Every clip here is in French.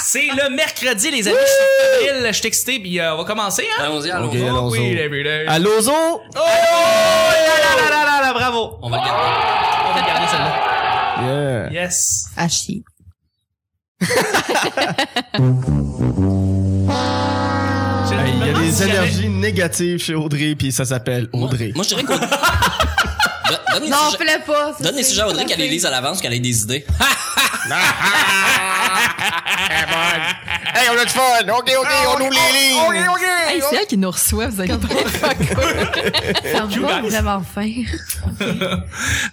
C'est le mercredi, les amis. Je suis fébrile, je suis excité, puis euh, on va commencer, hein? Allons-y, Ok, allons-y. allons-y. oui, everyday. À l'ozo! Oh là là là là là là, bravo. On va le garder. On va garder celle-là. Yeah. Yes. À chier. Je Hey, Il me y a demande des si énergies négatives chez Audrey, puis ça s'appelle Audrey. Moi, je dirais quoi? Don- donne les Non, sujets- fais le pas. ça, Donne les c'est- sujets à Audrey qu'elle les lise à l'avance, qu'elle ait des idées. Hey, on a du fun! Ok, ok, on ouvre les lignes! Hey, c'est elle qui nous reçoit, vous allez pas Ça va vraiment fin.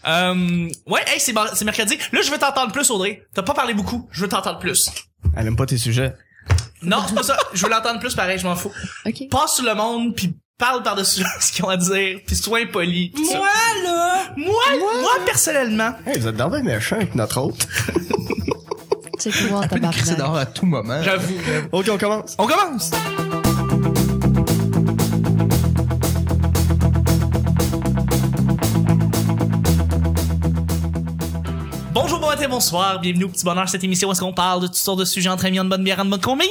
Euh, ouais, hey, c'est mar- c'est mercredi. Là, je veux t'entendre plus, Audrey. T'as pas parlé beaucoup. Je veux t'entendre plus. Elle aime pas tes sujets. Non, c'est pas ça. Je veux l'entendre plus, pareil, je m'en fous. OK. Passe sur le monde, puis parle par-dessus ce qu'ils ont à dire, puis sois impoli. Moi, là! Moi, moi, personnellement. Hey, vous êtes dans bien méchant avec notre hôte. C'est quoi, C'est tabarnak? dehors à tout moment. J'avoue. Ok, on commence. On commence! Bonjour, bon matin, bonsoir, bienvenue au Petit Bonheur, cette émission où est-ce qu'on parle de toutes sortes de sujets entre amis, en bonne bière, en bonne compagnie.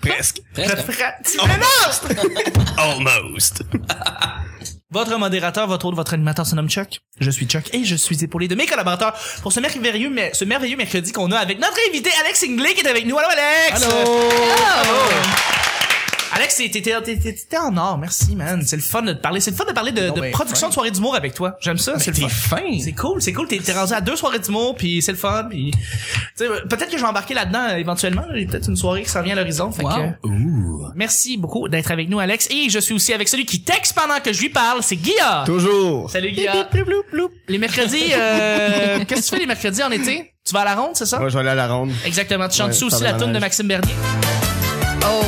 Presque. Presque. Almost. Votre modérateur, votre autre, votre animateur se nomme Chuck. Je suis Chuck et je suis épaulé de mes collaborateurs pour ce merveilleux, mer- ce merveilleux mercredi qu'on a avec notre invité Alex Ingley qui est avec nous. Allô Alex! Bravo! Alex, t'es- t'étais t'étais- t'étais en or, merci man. C'est le fun de te parler. C'est le fun de parler de, Non, de ben, production fin. de soirée d'humour avec toi. J'aime ça, c'est le t'es fun. fin. C'est cool, c'est cool. T'es t'es rendu à deux soirées d'humour, puis c'est le fun. Puis tu sais, peut-être que je vais embarquer là-dedans euh, éventuellement. J'ai peut-être une soirée qui s'en vient à l'horizon. Fait Wow. que, Merci beaucoup d'être avec nous, Alex. Et je suis aussi avec celui qui texte pendant que je lui parle, c'est Guillaume. Toujours. Salut Guillaume. Les mercredis, euh, qu'est-ce que tu fais les mercredis en été? Tu vas à la ronde, c'est ça? Moi, je vais aller à la ronde. Exactement. Tu chantes Ouais, sous ça aussi la va tune de manège. Maxime Bernier. Oh!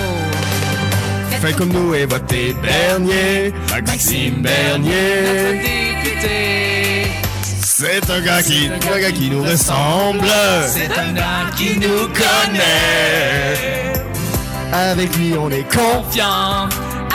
Fais comme nous et votez Bernier. Maxime Euh. Bernier. C'est un gars qui, un gars qui nous ressemble. C'est un gars qui nous connaît. Avec lui, on est con. confiant.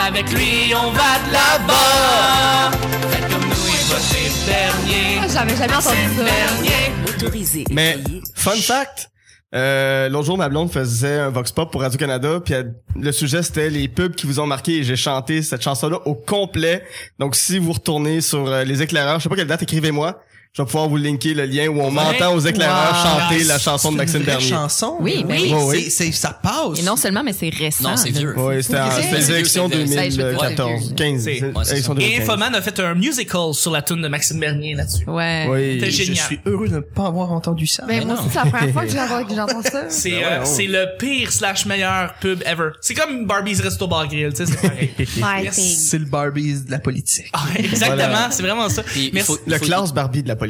Avec lui, on va de l'avant. Faites comme nous et votez Bernier. J'avais jamais entendu ça. Bernier. Autorisé. Mais, fun fact, euh, l'autre jour, ma blonde faisait un vox pop pour Radio-Canada, puis elle- le sujet, c'était les pubs qui vous ont marqué, et j'ai chanté cette chanson-là au complet. Donc, si vous retournez sur euh, Les Éclaireurs, je sais pas quelle date, écrivez-moi. Je vais pouvoir vous linker le lien où on m'entend aux éclaireurs Wow. chanter la chanson de Maxime C'est une vraie Bernier. chanson. Oui, mais oui. c'est- Oui, oui. c'est- ça passe. Et non seulement, mais c'est récent. Non, c'est là. vieux. Oui, c'était en C'est c'était les vieux, élections c'est vieux. Ouais, 2014, 15. c'est- ouais, c'est élections ça. 2015. Et Infoman a fait un musical sur la tune de Maxime Bernier là-dessus. Ouais. Oui. T'es Je génial. suis heureux de ne pas avoir entendu ça. Ben, Mais moi non. aussi, c'est la première fois que j'entends- que j'entends ça. C'est Ben euh, ouais, c'est le pire slash meilleur pub ever. C'est comme Barbie's Resto Bar Grill, tu sais, c'est pareil. My Merci. thing. C'est le Barbies de la politique. Ah, Exactement, Voilà. c'est vraiment ça. Puis il Merci. faut- Le classe Barbie de la politique.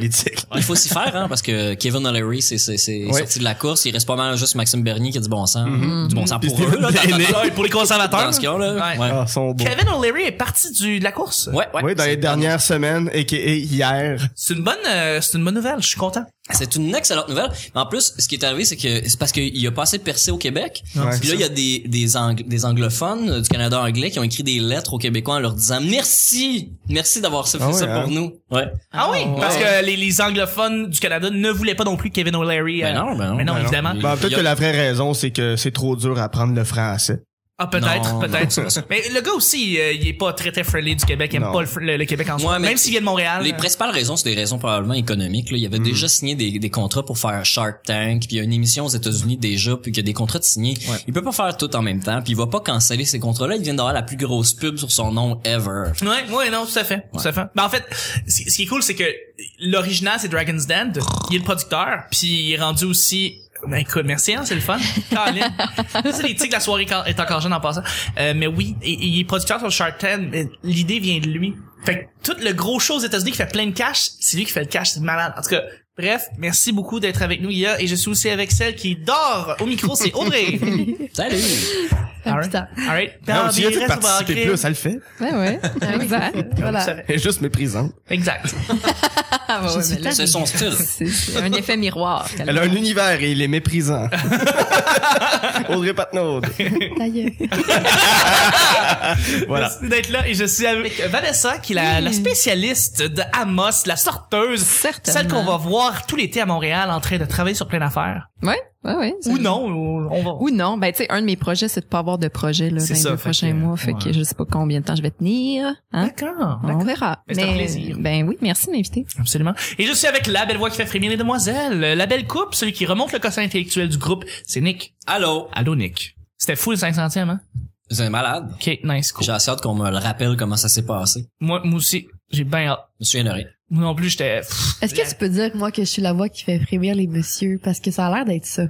Il faut s'y faire, hein, parce que Kevin O'Leary, c'est, c'est, c'est Ouais. Mm-hmm. sorti de la course. Il reste pas mal juste Maxime Bernier qui a du bon sens. Du bon sens pour Puis eux, là, c'est dans, le dans- Ah, et pour les conservateurs. dans ce qu'ils ont, là. Ouais. Ouais. Ah, sont beaux. Kevin O'Leary est parti du, de la course. Ouais, ouais. Oui, dans les C'est- dernières semaines, et hier. C'est une bonne, euh, c'est une bonne nouvelle. Je suis content. C'est une excellente nouvelle. Mais en plus, ce qui est arrivé, c'est que c'est parce qu'il y a pas assez de percées au Québec. Ouais. Puis là, il y a des, des, ang- des anglophones euh, du Canada anglais qui ont écrit des lettres aux Québécois en leur disant merci, merci d'avoir fait Ah ça ouais, pour hein? nous. Oh, Ouais. Ah, oui, parce que les, les anglophones du Canada ne voulaient pas non plus Kevin O'Leary. euh, Ben non, ben non, mais non, ben non. évidemment. Il- Ben, y peut-être a- que la vraie raison, c'est que c'est trop dur à apprendre le français. Ah peut-être, Non, non, c'est pas peut-être. ça. Mais le gars aussi, euh, il est pas très très friendly du Québec. Il aime Non. pas le, fr- le- le Québec en Ouais, soi. mais Même s'il vient de Montréal. Les euh, principales raisons, c'est des raisons probablement économiques. Là. Il Mm. avait déjà signé des, des contrats pour faire Shark Tank, puis il y a une émission aux États-Unis déjà, puis qu'il y a des contrats de signés. Il peut pas faire tout en même temps, puis il va pas canceller ces contrats-là. Il vient d'avoir la plus grosse pub sur son nom ever. Ouais, ouais, non, tout à fait, tout à fait. Ben, en fait, c- ce qui est cool, c'est que l'original, c'est Dragon's Den. Il est le producteur, puis il est rendu aussi ben, commercial, c'est le fun. Colin. Ça, c'est les tics de la soirée quand- est encore jeune en passant. Euh, mais oui, et- et il est producteur sur Shark Tank, mais l'idée vient de lui. Fait que tout le gros show aux États-Unis qui fait plein de cash, c'est lui qui fait le cash, c'est malade. En tout cas, bref, merci beaucoup d'être avec nous, Guilla, et je suis aussi avec celle qui dort au micro, c'est Audrey. Salut! Ah, putain. All right. Non, si Dans tu des veux restes au participer bar plus, ça le fait. Ouais, ouais. Ah oui, Exact. c'est- Voilà. grill. Elle est juste méprisante. Exact. Ah, ouais, ouais, Je mais suis là, C'est son style. c'est c'est un effet miroir. Elle a un univers et il est méprisant. Audrey Patnaud. D'ailleurs. Voilà. Merci d'être là et je suis avec euh, Vanessa qui est la, la spécialiste de Amos, la sorteuse, Certainement. celle qu'on va voir tout l'été à Montréal en train de travailler sur plein d'affaires. Ouais, ouais, ouais. ça- Ou non, ou- on va. Ou non. Ben, tu sais, un de mes projets, c'est de pas avoir de projet, là, dans C'est les ça, deux fait prochains que- mois. Fait ouais. que je sais pas combien de temps je vais tenir. Hein? D'accord. Hum. On verra. Mais c'est un plaisir. Ben oui, merci de m'inviter. Absolument. Et je suis avec la belle voix qui fait frémir les demoiselles, la belle coupe, celui qui remonte le quotient intellectuel du groupe, c'est Nick. Allô? Allô, Nick. C'était fou le 500e, hein? Vous êtes malade? Ok, nice, cool. J'ai assez hâte qu'on me le rappelle comment ça s'est passé. Moi, moi aussi, j'ai bien hâte. Je me souviens de rien. Moi non plus, j'étais... pff, Est-ce que tu peux dire, moi, que je suis la voix qui fait frémir les messieurs? Parce que ça a l'air d'être ça.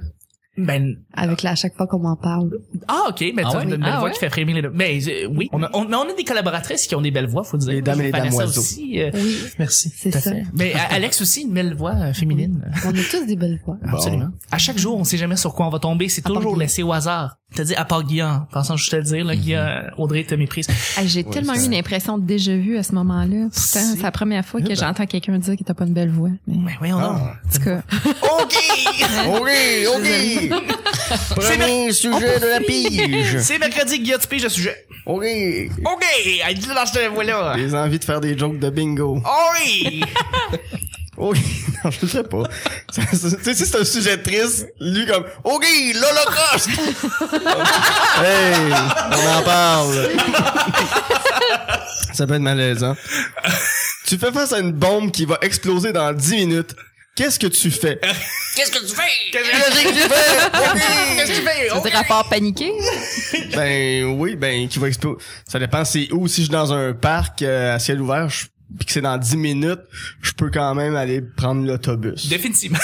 Ben... Avec la, à chaque fois qu'on m'en parle. Ah, ok, ben Ah tu as ouais? une belle Ah voix ouais? qui fait frémir les... deux- Ben euh, oui, on a, on, mais on a des collaboratrices qui ont des belles voix, faut dire. Les dames et les dames Vanessa oiseaux. aussi. euh, Oui, Merci. c'est ça. mais euh, Alex aussi, une belle voix euh, féminine. On a tous des belles voix. Absolument. À chaque jour, on sait jamais sur quoi on va tomber. C'est part toujours Guillaume. laissé au hasard. T'as dit à part Guillaume. Pensant juste te le dire, là, Guillaume, euh, Audrey te méprise. Ah, J'ai tellement eu une impression de déjà vu à ce moment-là. Pourtant, Si. c'est la première fois que Eh ben. j'entends quelqu'un dire qu'il t'as pas une belle voix. Mais, Mais Ben, voyons donc. Ah. en tout cas, OK! OK, OK! Premier sujet de la pige! C'est mercredi, Guillaume, tu piges le sujet. OK! OK! Elle dit dans cette voix-là. Ah Les envies de faire des jokes de bingo. Oui! OK! Non, je le sais pas. Ça, ça, Tu sais, si c'est un sujet triste, lui comme OK, l'Holocauste! hey! On en parle! ça peut être malaisant. Tu fais face à une bombe qui va exploser dans 10 minutes. Qu'est-ce que tu fais? Qu'est-ce que tu fais? Qu'est-ce que tu fais? OK! Qu'est-ce que tu fais? des rapports paniqués. Ben oui, ben qui va exploser. Ça dépend c'est où. Si je suis dans un parc euh, à ciel ouvert, je- puis que c'est dans 10 minutes, je peux quand même aller prendre l'autobus. Définitivement.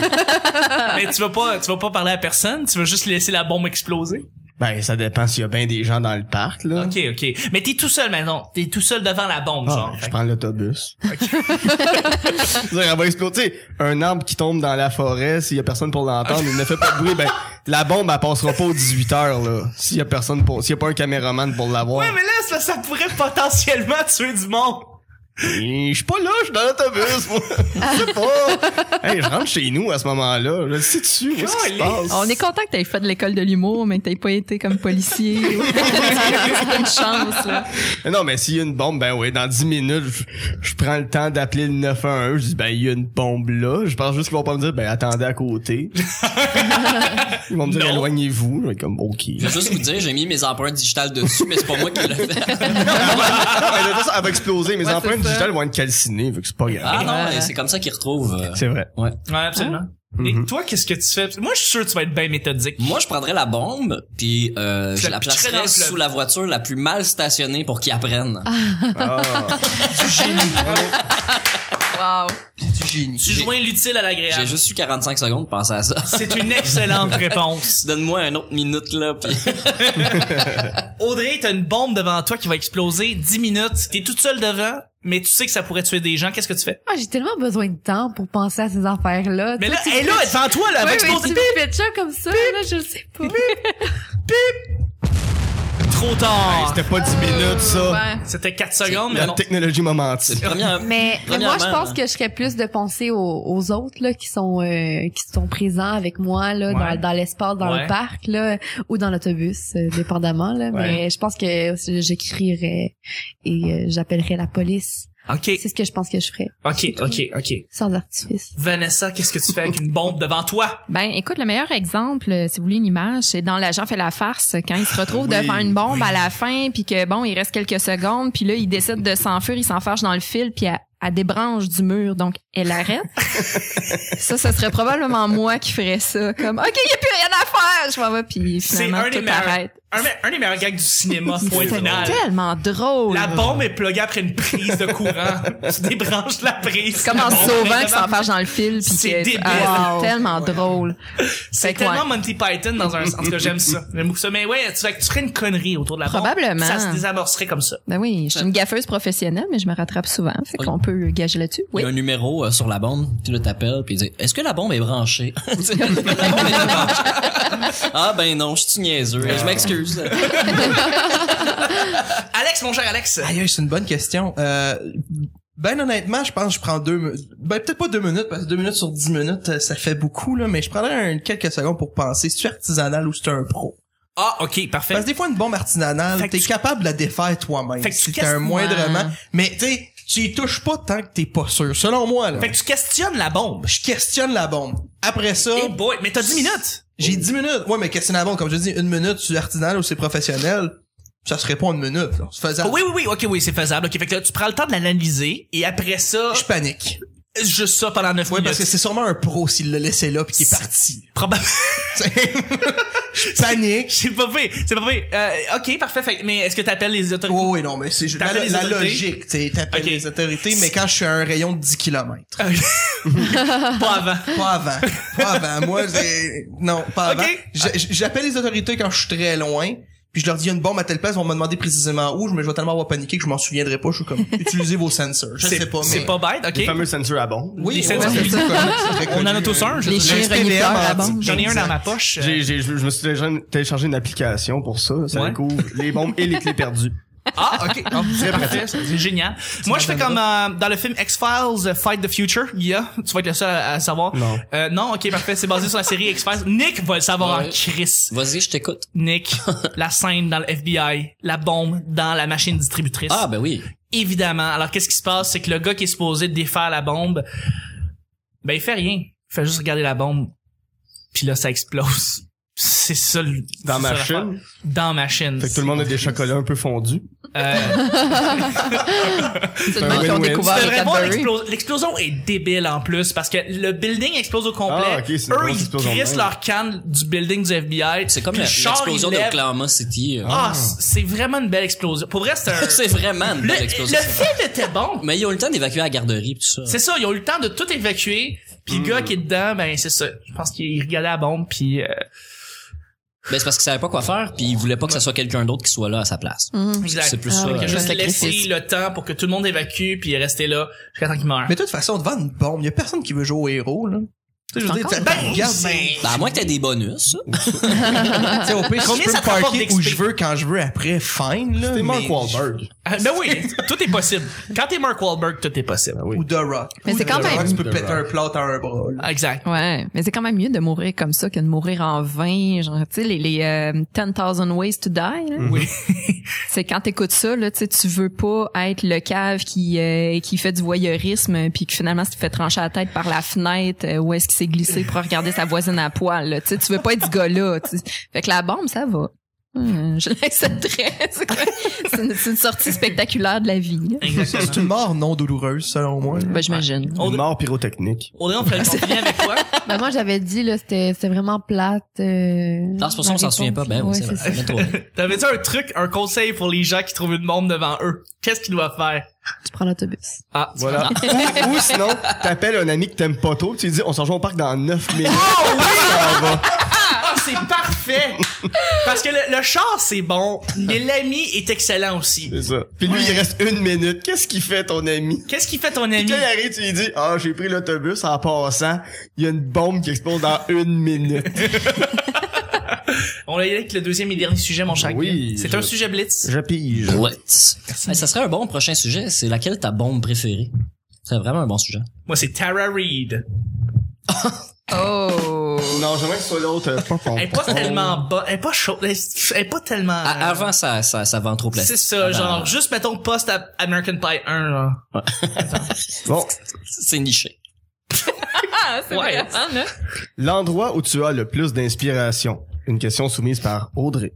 Mais tu vas pas, tu vas pas parler à personne. Tu vas juste laisser la bombe exploser. Ben ça dépend s'il y a bien des gens dans le parc là. OK, OK. Mais t'es tout seul maintenant. T'es tout seul devant la bombe, Ah, genre. je prends l'autobus. C'est-à-dire, Elle va exploser. Tu sais, un arbre qui tombe dans la forêt, s'il y a personne pour l'entendre, il ne fait pas de bruit, ben la bombe elle passera pas aux 18 heures là. S'il y a personne pour s'il y a pas un caméraman pour l'avoir. Ouais, mais là, ça, ça pourrait potentiellement tuer du monde. Et Eh, Je suis pas là, je suis dans l'autobus, moi. Je sais pas. Hey, je rentre chez nous à ce moment-là. Je le sais dessus, qu'est-ce qui se passe? On est content que t'aies fait de l'école de l'humour, mais que t'aies pas été comme policier. c'est pas une chance, là. Mais Non, mais s'il y a une bombe, ben oui, dans 10 minutes, je, je prends le temps d'appeler le 911. Je dis, ben, il y a une bombe là. Je pense juste qu'ils vont pas me dire, ben, attendez à côté. Ils vont me dire, Non. éloignez-vous. Je vais être comme, OK. Je vais juste vous dire, j'ai mis mes empreintes digitales dessus, mais c'est pas moi qui l'ai fait. Non, mais de toute façon, elle va exploser. Mes Ouais, empreintes c'est ça. digitales vont être calcinées, vu que c'est pas grave. Ah non, Ouais. mais c'est comme ça qu'ils retrouvent. euh, Ah. C'est vrai. Ouais. Ouais, absolument. Hein? Mhm. Et toi, qu'est-ce que tu fais? Moi, je suis sûr que tu vas être bien méthodique. Moi, je prendrais la bombe, puis euh, Tu je la la pitcherais dans placerais le fleuve. sous la voiture la plus mal stationnée pour qu'ils apprennent. Ah. Wow. Du génie. Tu J'ai- joins l'utile à J'ai l'agréable. juste eu 45 secondes pour penser à ça. C'est une excellente réponse. Donne-moi un autre minute, là, puis... Audrey, t'as une bombe devant toi qui va exploser. 10 minutes. T'es toute seule devant, mais tu sais que ça pourrait tuer des gens. Qu'est-ce que tu fais? Ah, j'ai tellement besoin de temps pour penser à ces affaires-là. Mais là, Ah, Toi, tu elle est là, me- elle est devant toi, là. Elle va Ouais, mais exploser. tu me fais de ça comme ça, là, je le sais pas. Trop tard. C'était pas 10 minutes, ça. Ouais. C'était 4 secondes, mais La non. technologie m'a menti. Première... Mais, mais moi, je Premièrement, pense hein. que je serais plus de penser aux, aux autres là qui sont euh, qui sont présents avec moi là Ouais. dans, dans l'espace, dans Ouais. le parc là ou dans l'autobus, euh, dépendamment là. Mais je pense que je crierais et euh, j'appellerais la police. OK, C'est ce que je pense que je ferais, OK, OK, OK. sans artifice. Vanessa, qu'est-ce que tu fais avec une bombe devant toi? Ben, écoute, le meilleur exemple, euh, si vous voulez une image, c'est dans L'agent fait la farce, quand il se retrouve Oui, devant une bombe à la fin, puis que bon, il reste quelques secondes, puis là, il décide de s'enfuir, il s'enfarge dans le fil, puis elle, elle débranche du mur, donc elle arrête. ça, ce serait probablement moi qui ferais ça, comme, OK, il n'y a plus rien à faire, je m'en vais, puis C'est finalement, un des tout meilleurs- arrête. Un, me- un des meilleurs gags du cinéma, point C'est final. tellement drôle. La bombe est pluguée après une prise de courant. tu débranches la prise. C'est comme en La se bombe sauvant est qu'il devant- s'enfarge dans le fil. puis C'est que- débile. Ah, c'est tellement drôle. C'est Fait que ouais. tellement Monty Python dans un sens que j'aime ça. J'aime beaucoup ça. Mais ouais, tu, fait que tu ferais une connerie autour de la bombe. Probablement. Ça se désamorcerait comme ça. Ben oui, je suis une gaffeuse professionnelle, mais je me rattrape souvent. Fait Oui. qu'on peut gager là-dessus. Il Oui. y a un numéro euh, sur la bombe, puis là, t'appelles, puis il dit « Est-ce que la bombe est branchée? » Tu sais, la bombe est branchée. Ah ben non, je suis niaiseux. Je m'excuse. Alex, mon cher Alex. Aïe, aïe, c'est une bonne question. Euh, ben honnêtement, je pense que je prends deux... mi- Ben peut-être pas deux minutes, parce que deux minutes sur dix minutes, euh, ça fait beaucoup, là, mais je prendrais un, quelques secondes pour penser si tu es artisanal ou si tu es un pro. Ah, ok, parfait. Parce que des fois, une bombe Fait artisanale, que t'es tu- capable de la défaire toi-même. Fait que tu Si casses- t'as un moindrement... Mais tu sais, tu y touches pas tant que t'es pas sûr. Selon moi, là. Fait que tu questionnes la bombe. je questionne la bombe. Après Oh. ça, Eh boy, mais t'as 10 minutes. j'ai 10 minutes. Ouais, mais questionne la bombe. Comme je dis, une minute, tu es artisanal ou c'est professionnel, ça se répond une minute, là. C'est faisable. Oh, Oui, oui, oui, ok, oui, c'est faisable. Ok, fait que là, tu prends le temps de l'analyser et après ça, Je panique. juste ça pendant 9 Ouais, minutes. parce que c'est sûrement un pro s'il l'a laissé là puis qui est C'est- parti. Probable- Panique. C'est pas fait, c'est pas fait. Euh, ok, parfait. Fait que- mais est-ce que t'appelles les autorités? Ouais, ouais, non, mais c'est juste la, T'appelles les la autorités? logique. t'sais, T'appelles Ok. les autorités, mais quand je suis à un rayon de 10 km. Ah, pas avant. Pas avant. Pas avant. Moi, c'est... Non, pas Ok. avant. J'a- J'appelle les autorités quand je suis très loin. Puis je leur dis, il y a une bombe à telle place, ils vont me demander précisément où, mais je vais tellement avoir paniqué que je m'en souviendrai pas, je suis comme, utilisez vos sensors. Je C'est- sais pas, mais. C'est pas bête, Les ok. fameux sensors à bombe. Oui, Les ouais, sensors. c'est très connu, c'est très On en a connu. tous un. je Les sais pas. chiens SPVM renifleurs en à la bombe. J'en ai un euh, Exact. dans ma poche. euh, J'ai, j'ai, je, je me suis déjà téléchargé une application pour ça. Ça Ouais. découvre les bombes et les clés perdues. Ah, ok. Ah, c'est parfait, c'est génial. Moi, je fais comme euh, dans le film X-Files euh, Fight the Future, Guilla. Tu vas être le seul à, à savoir. Non. Euh, non, ok, parfait. C'est basé sur la série X-Files. Nick va le savoir Ouais. en crise. Vas-y, je t'écoute. Nick, la scène dans le FBI, la bombe dans la machine distributrice. Ah, ben oui. Évidemment. Alors, qu'est-ce qui se passe? C'est que le gars qui est supposé défaire la bombe, ben, il fait rien. Il fait juste regarder la bombe. Puis là, ça explose. C'est ça le... Dans c'est ma ça l'affaire. chaîne. Dans ma chaîne. Fait que tout le monde a des chocolats un peu fondus. Euh, C'est le monde qui ont win-win. découvert Tu devrais les voir Cadbury. l'explos- L'explosion est débile en plus parce que le building explose au complet. Ah, ok, c'est une Eux, grosse ils explosion de crissent même. leur canne du building du FBI. C'est comme Puis la- le char, l'explosion il lève. d'Oklahoma City. euh. Ah, c- c'est vraiment une belle explosion. Pour vrai, c'est un... C'est vraiment une le, belle le explosion. film était bon. Mais ils ont eu le temps d'évacuer la garderie pis tout ça. C'est ça, ils ont eu le temps de tout évacuer. Puis le gars qui est dedans, ben c'est ça. Je pense qu'il regardait la bombe, puis... euh, Ben, c'est parce qu'ils savaient pas quoi faire puis ils voulaient pas que ça soit quelqu'un d'autre qui soit là à sa place. Mhm. exact. C'est plus Ah, ça. ouais. Fait que euh, juste Le laisser sacrifice. le temps pour que tout le monde évacue, puis rester là jusqu'à temps qu'il meure. Mais de toute façon, devant une bombe, il y a personne qui veut jouer au héros, là. Tu sais, je veux dire, Encore t'as- Ben, regarde, c'est- Ben, à moins que t'aies des bonus. tu sais, au pire, si Combien je peux ça me te rapporte parquer où d'XP? je veux, quand je veux, après, fine, là. C'était Mark mais- Wahlberg. Euh, ben oui, tout est possible. Quand t'es Mark Wahlberg, tout est possible. Ou The Rock. Mais Ou c'est The quand Rock, même- Tu peux The péter Rock. un plat à un bras, là. Ah, Exact. Ouais, mais c'est quand même mieux de mourir comme ça que de mourir en vain. Genre, tu sais, les, les euh, 10,000 ways to die, là. Oui. C'est quand t'écoutes ça, là, tu sais, tu veux pas être le cave qui, euh, qui fait du voyeurisme puis que finalement se fait trancher la tête par la fenêtre euh, où est-ce qu'il s'est glissé pour regarder sa voisine à poil, là. Tu sais, tu veux pas être ce gars-là, tu sais. Fait que la bombe, ça va. Hum, je l'accepterais. C'est quoi? C'est une, c'est une sortie spectaculaire de la vie. là. Exactement. C'est une mort non douloureuse, selon moi. Ben, j'imagine. On- Une mort pyrotechnique. Audrey, on fait le compromis avec toi. Ben, moi, j'avais dit, là, c'était, c'était vraiment plate. Euh, Non, c'est pour ça qu'on la s'en réponse. souvient pas. Ben, oui, Ouais, c'est vrai. ça. Mets-toi là. T'avais-tu un truc, un conseil pour les gens qui trouvent une bombe devant eux? Qu'est-ce qu'ils doivent faire? Tu prends l'autobus. Ah, tu- Voilà. ou, ou sinon, t'appelles un ami que t'aimes pas trop, tu lui dis, on s'en joue au parc dans 9 minutes. Ça va. Ah, c'est parfait! Parce que le, le char, c'est bon, mais l'ami est excellent aussi. C'est ça. Puis lui, il reste une minute. Qu'est-ce qu'il fait, ton ami? Qu'est-ce qui fait ton Puis ami? Quand il arrive, tu lui dis, ah, j'ai pris l'autobus en passant. Il y a une bombe qui explose dans une minute. On a dit que le deuxième et dernier sujet, mon cher. Oui, C'est je- un sujet blitz. Je pige. Ouais. Ben, ça serait un bon prochain sujet. C'est laquelle ta bombe préférée? C'est vraiment un bon sujet. Moi, c'est Tara Reid. Oh! Non, j'aimerais que ce soit l'autre. euh, pas fond. Elle est pas tellement bas, elle est pas chaude, elle est elle est pas tellement... euh, À- avant, ça, ça, ça C'est ventroplastie. ça, Avant- genre, juste mettons post à American Pie 1, là. Bon, C'est niché. Ah, c'est Ouais. vraiment, là. l'endroit où tu as le plus d'inspiration. Une question soumise par Audrey.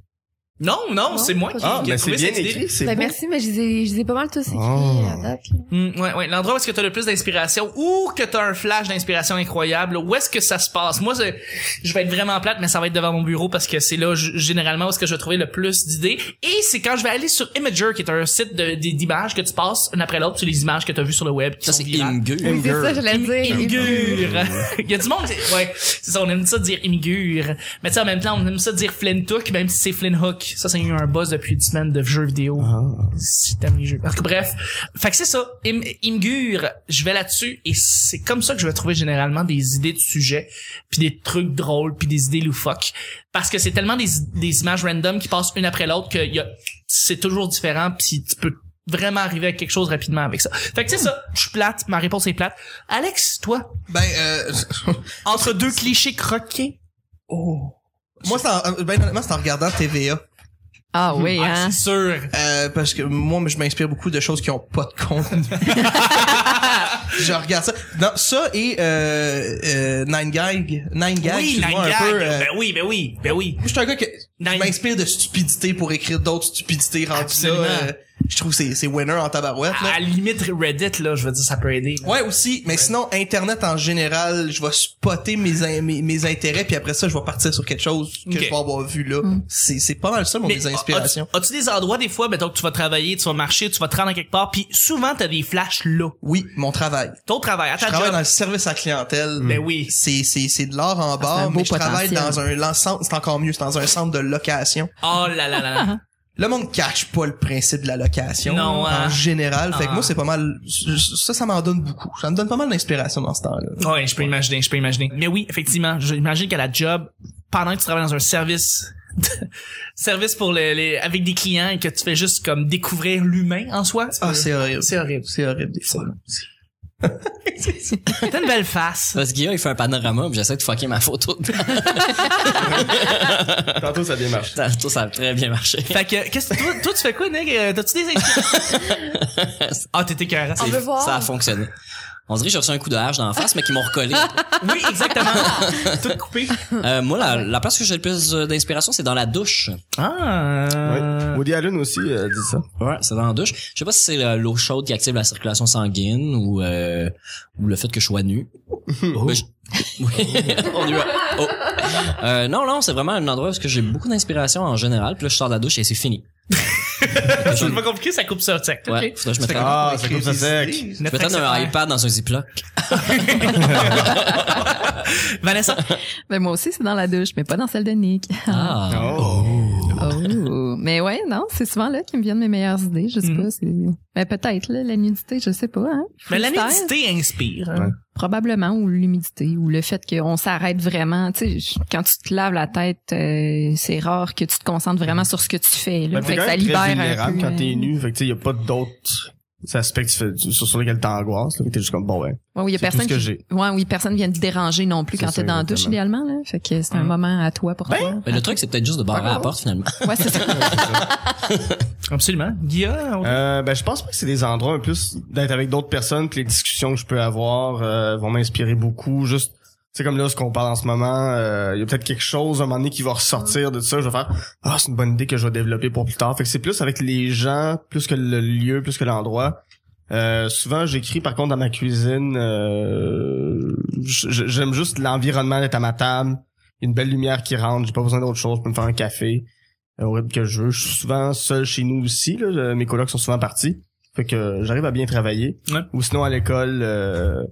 Non, non, Non, c'est moi qui, Ah, qui ai mais c'est trouvé bien cette idée. écrit, c'est Ben, beau. merci, mais je les ai, je les ai pas mal tous écrits euh, Oh. à date, là. Mm, ouais, ouais. L'endroit où est-ce que t'as le plus d'inspiration ou que t'as un flash d'inspiration incroyable, où est-ce que ça se passe? Moi, c'est- je vais être vraiment plate, mais ça va être devant mon bureau parce que c'est là, g- généralement, où est-ce que je vais trouver le plus d'idées. Et c'est quand je vais aller sur Imager, qui est un site de- d- d'images que tu passes une après l'autre sur les images que t'as vues sur le web. Qui Ça, sont c'est virales. Imgur. Oui, c'est ça, je l'ai dit. Imgur. Il y a du monde, qui- ouais, c'est ça, on aime ça dire Imgur. Mais tu sais, en même temps, on aime ça dire Flintook, même si c'est Flinhook. Ça, c'est eu un buzz depuis une semaine de jeux vidéo. Si t'aimes les jeux. Alors que bref. Fait que c'est ça. Im- Imgur, je vais là-dessus et c'est comme ça que je vais trouver généralement des idées de sujets, puis des trucs drôles, puis des idées loufoques. Parce que c'est tellement des, des images random qui passent une après l'autre que y a- c'est toujours différent, puis tu peux vraiment arriver à quelque chose rapidement avec ça. Fait que c'est ça, je suis plate, ma réponse est plate. Alex, toi, Ben, euh, entre deux clichés croqués. Oh. euh, moi, c'est en, ben, honnêtement, c'est en regardant TVA. Ah oui, Ah, hein. c'est sûr. Euh, parce que moi, je m'inspire beaucoup de choses qui ont pas de contenu. je regarde ça. Non, ça et euh, euh, Nine Gag. Nine Gag, oui, excuse-moi, la un gag. peu. euh, Ben oui, ben oui, ben oui. moi, je suis un gars que Nine- je m'inspire de stupidité pour écrire d'autres stupidités rendues Absolument. là. euh, je trouve que c'est c'est winner en tabarouette. À, Là. à la limite Reddit là, je veux dire ça peut aider. là. Ouais aussi, mais sinon internet en général, je vais spotter mes in- mes, mes intérêts puis après ça je vais partir sur quelque chose que Ok. je vais avoir vu là. C'est c'est pas mal ça mon Mais ah, mes inspirations. As-tu, as-tu des endroits des fois, mettons que tu vas travailler, tu vas marcher, tu vas te rendre à quelque part, puis souvent t'as des flashs là. Oui, mon travail. Ton travail, à Je ta travaille job. dans le service à la clientèle. Ben oui. C'est c'est c'est de l'art en Ah, c'est un bar, beau mais je travaille potentiel. dans un lan- centre, c'est encore mieux, c'est dans un centre de location. Oh là là là là. Le monde cache pas le principe de la location Non, en hein. général, fait que Ah. moi c'est pas mal ça ça m'en donne beaucoup. Ça me donne pas mal d'inspiration dans ce temps-là. Ouais, je peux imaginer, je peux imaginer. Mais oui, effectivement, j'imagine qu'à la job, pendant que tu travailles dans un service, service pour les, les- avec des clients et que tu fais juste comme découvrir l'humain en soi. Ah, c'est horrible. c'est horrible. C'est horrible des fois. T'as une belle face. Parce que Guillaume, il fait un panorama, puis j'essaie de fucker ma photo. Tantôt, ça démarche. Tantôt, ça a très bien marché. Fait que, qu'est-ce que, toi, toi, tu fais quoi, Nick? Euh, T'as-tu des inspirations? Ah, t'étais écœurant. On veut voir. Ça a fonctionné. On dirait que j'ai reçu un coup de hache dans la face, mais qu'ils m'ont recollé. Oui, exactement. Tout coupé. Euh, moi, la, la place que j'ai le plus euh, d'inspiration, c'est dans la douche. Ah. Ouais. Woody Allen aussi euh, dit ça. Ouais, c'est dans la douche. Je sais pas si c'est la- l'eau chaude qui active la circulation sanguine ou euh, ou le fait que je sois nu. Ben, je- Oui. On y va. Oh. Euh, non, non, c'est vraiment un endroit où est-ce que j'ai beaucoup d'inspiration en général. Puis là, je sors de la douche et c'est fini. je C'est pas compliqué, ça coupe ça, sec. Ouais, faudrait que je me Fait traîne. que Ah, pour ça écrire coupe ça des sec. idées, Je vais prendre un iPad dans un Ziploc. Vanessa, Ben, moi aussi, c'est dans la douche, mais pas dans celle de Nick. Ah. Oh. Oh. Mais ouais, non, c'est souvent là qu'ils me viennent mes meilleures idées. Je Mm-hmm. sais Mhm. pas. c'est- Mais peut-être, là, la nudité, je sais pas. Hein? mais la Freestyle, nudité inspire. hein. Probablement, ou l'humidité, ou le fait qu'on s'arrête vraiment. Tu sais, je- quand tu te laves la tête, euh, c'est rare que tu te concentres vraiment sur ce que tu fais. Là. Ben, Fait t'es que quand ça même libère très un vulnérable peu. quand t'es euh, nu. Fait que tu sais, y a pas d'autres aspects que tu fais- tu- sur, sur lesquels t'angoisses. là, Fait que t'es juste comme, bon, ouais. Ouais, oui, il y C'est a tout personne ce que qui- j'ai. Ouais, oui, personne vient te déranger non plus C'est quand ça, t'es dans la douche, exactement. Mm-hmm. Ben! idéalement, là. Fait que c'est un moment à toi pour Mais le truc, c'est peut-être juste de barrer à la porte, finalement. toi. Ouais, c'est ça. Absolument. Guillaume. Euh, ben, je pense pas que c'est des endroits, en plus, d'être avec d'autres personnes, que les discussions que je peux avoir euh, vont m'inspirer beaucoup. Juste, c'est comme là, ce qu'on parle en ce moment, euh, il y a peut-être quelque chose, un moment donné, qui va ressortir de ça. Je vais faire, ah, c'est une bonne idée que je vais développer pour plus tard. Fait que c'est plus avec les gens, plus que le lieu, plus que l'endroit. Euh, souvent, j'écris, par contre, dans ma cuisine, euh, j- j- j'aime juste l'environnement d'être à ma table, une belle lumière qui rentre, j'ai pas besoin d'autre chose pour me faire un café euh, au rythme que je veux. Je suis souvent seul chez nous aussi. Là. Euh, Mes colocs sont souvent partis. Fait que euh, j'arrive à bien travailler. Ouais. Ou sinon à l'école, euh,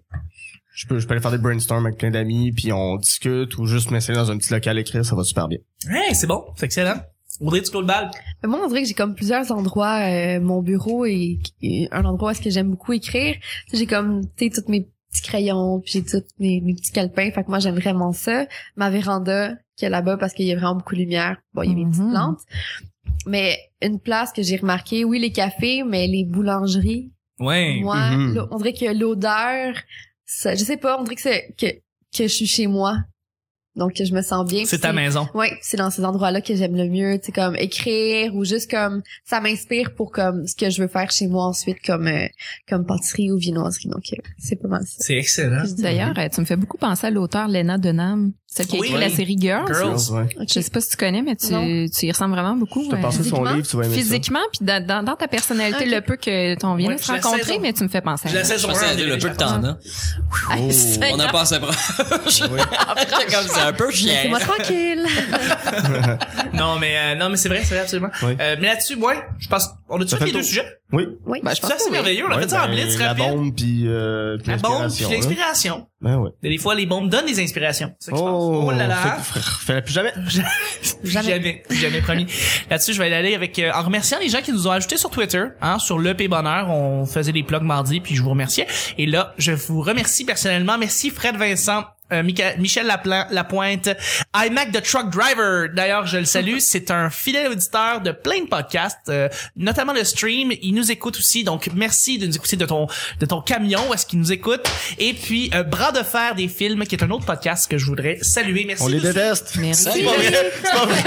je peux je peux aller faire des brainstorms avec plein d'amis, puis on discute ou juste m'installer dans un petit local écrire, ça va super bien. Hey, c'est bon. C'est excellent. Audrey, tu clôt le bal. Mais Moi, on dirait que j'ai comme plusieurs endroits, euh, mon bureau et, et un endroit où est-ce que j'aime beaucoup écrire. Tu sais, J'ai comme, tu sais, tous mes petits crayons, puis j'ai tous mes, mes petits calepins. Fait que moi, j'aime vraiment ça. Ma véranda, qui est là-bas parce qu'il y a vraiment beaucoup de lumière. Bon, il y a mes petites Mhm. Mm-hmm. plantes. Mais une place que j'ai remarqué, oui, les cafés, mais les boulangeries. Ouais. Moi, Mhm. l'o- on dirait que l'odeur, ça, je sais pas, on dirait que c'est, que, que je suis chez moi. Donc, que je me sens bien. C'est ta Puis- maison. oui, c'est dans ces endroits-là que j'aime le mieux, tu sais, comme écrire ou juste comme ça m'inspire pour comme ce que je veux faire chez moi ensuite comme euh, comme pâtisserie ou viennoiserie. Donc euh, c'est pas mal ça. C'est excellent. D'ailleurs, euh, tu me fais beaucoup penser à l'auteur Lena Dunham, celle qui a Oui. écrit la série Girls. Girls. Ouais. Je sais pas si tu connais, mais tu, Non. tu y ressembles vraiment beaucoup. Je te euh, passerai son physiquement, livre, tu vas aimer ça. physiquement, puis dans, dans, dans ta personnalité, Ok. le peu que t'en viens Ouais, de se je la rencontrer, saison- mais tu me fais penser à Je la ça. Je saison pensais 1 à dire le peu que t'en as. Ah, On a Seigneur. passé après. comme c'est un peu C'est chien. moi tranquille. Non, mais, euh, non, mais c'est vrai, c'est vrai, absolument. Oui. Euh, mais là-dessus, ouais, je pense, on a-tu Ça fait fait les le deux tour. sujets? Oui. Oui. Bah, Ben, je pense Ça, c'est que oui. merveilleux, on l'a fait ça en Ouais, ben, blitz la rapide. bombe puis euh, puis La bombe, puis l'inspiration. hein. l'inspiration. Ben ouais. Des fois, les bombes donnent des inspirations. C'est ça que je pense. Oh, Oh là là. Fait, frère, fais-la plus jamais. Jamais. Jamais. jamais, promis. Là-dessus, je vais y aller avec euh, en remerciant les gens qui nous ont ajoutés sur Twitter, hein, sur le P Bonheur, on faisait des plugs mardi, puis je vous remerciais. Et là, je vous remercie personnellement. Merci Fred Vincent. euh, Mica- Michel Lapla- Lapointe, iMac the Truck Driver. D'ailleurs, je le salue. C'est un fidèle auditeur de plein de podcasts, euh, notamment le stream. Il nous écoute aussi. Donc, merci de nous écouter de ton, de ton camion. Où est-ce qu'il nous écoute? Et puis, euh, Bras de fer des films, qui est un autre podcast que je voudrais saluer. Merci. On les de suivre. déteste. Merci. C'est pas vrai. C'est pas vrai.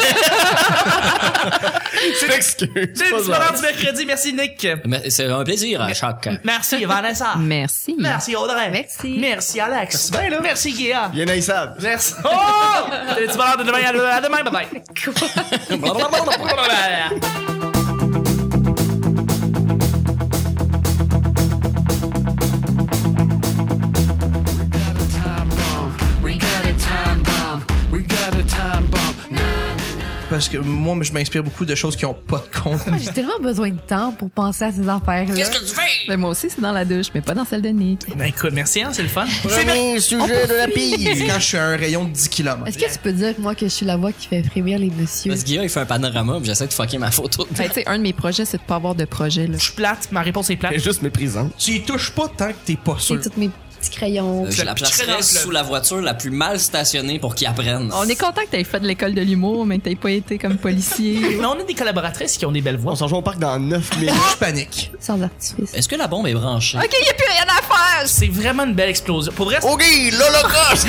Je m'excuse. C'est C'est pas le bonheur gentil. du mercredi. Merci, Nick. Mais C'est un plaisir hein, à chaque. Merci, Vanessa. Merci. Merci, Audrey. Merci. Merci, Alex. Ben Merci, Guilla. Bien haïssable. Merci. Oh! Salut, tu parles de demain à à demain. Oh Bye bye. We got a time bomb. We got a time bomb. Parce que moi, je m'inspire beaucoup de choses qui ont pas de contenu. Moi, Ah, j'ai tellement besoin de temps pour penser à ces affaires-là. Mais moi aussi, c'est dans la douche, mais pas dans celle de Nick. Ben écoute, merci, hein, c'est le fun. Premier sujet de la C'est pire. quand je suis à un rayon de 10 km. Est-ce que tu peux dire que moi que je suis la voix qui fait frémir les messieurs? Parce que Guillaume, il fait un panorama, puis j'essaie de fucker ma photo. Fait, tu sais, un de mes projets, c'est de pas avoir de projet. Là. Je suis plate, ma réponse est plate. C'est juste méprisant. Tu y touches pas tant que t'es pas sûr. J'ai tous mes petits crayons. Euh, Je Tu la la pitcherais dans placerais le fleuve. sous la voiture la plus mal stationnée pour qu'ils apprennent. On est content que t'aies fait de l'école de l'humour, mais que t'aies pas été comme policier. Mais on a des collaboratrices qui ont des belles voix. On s'en joue au parc dans 9 minutes. Je panique. Sans artifice. Est-ce que la bombe est branchée? OK, y a plus rien à faire! C'est vraiment une belle explosion. Pour vrai, c'est- Ok, l'Holocauste!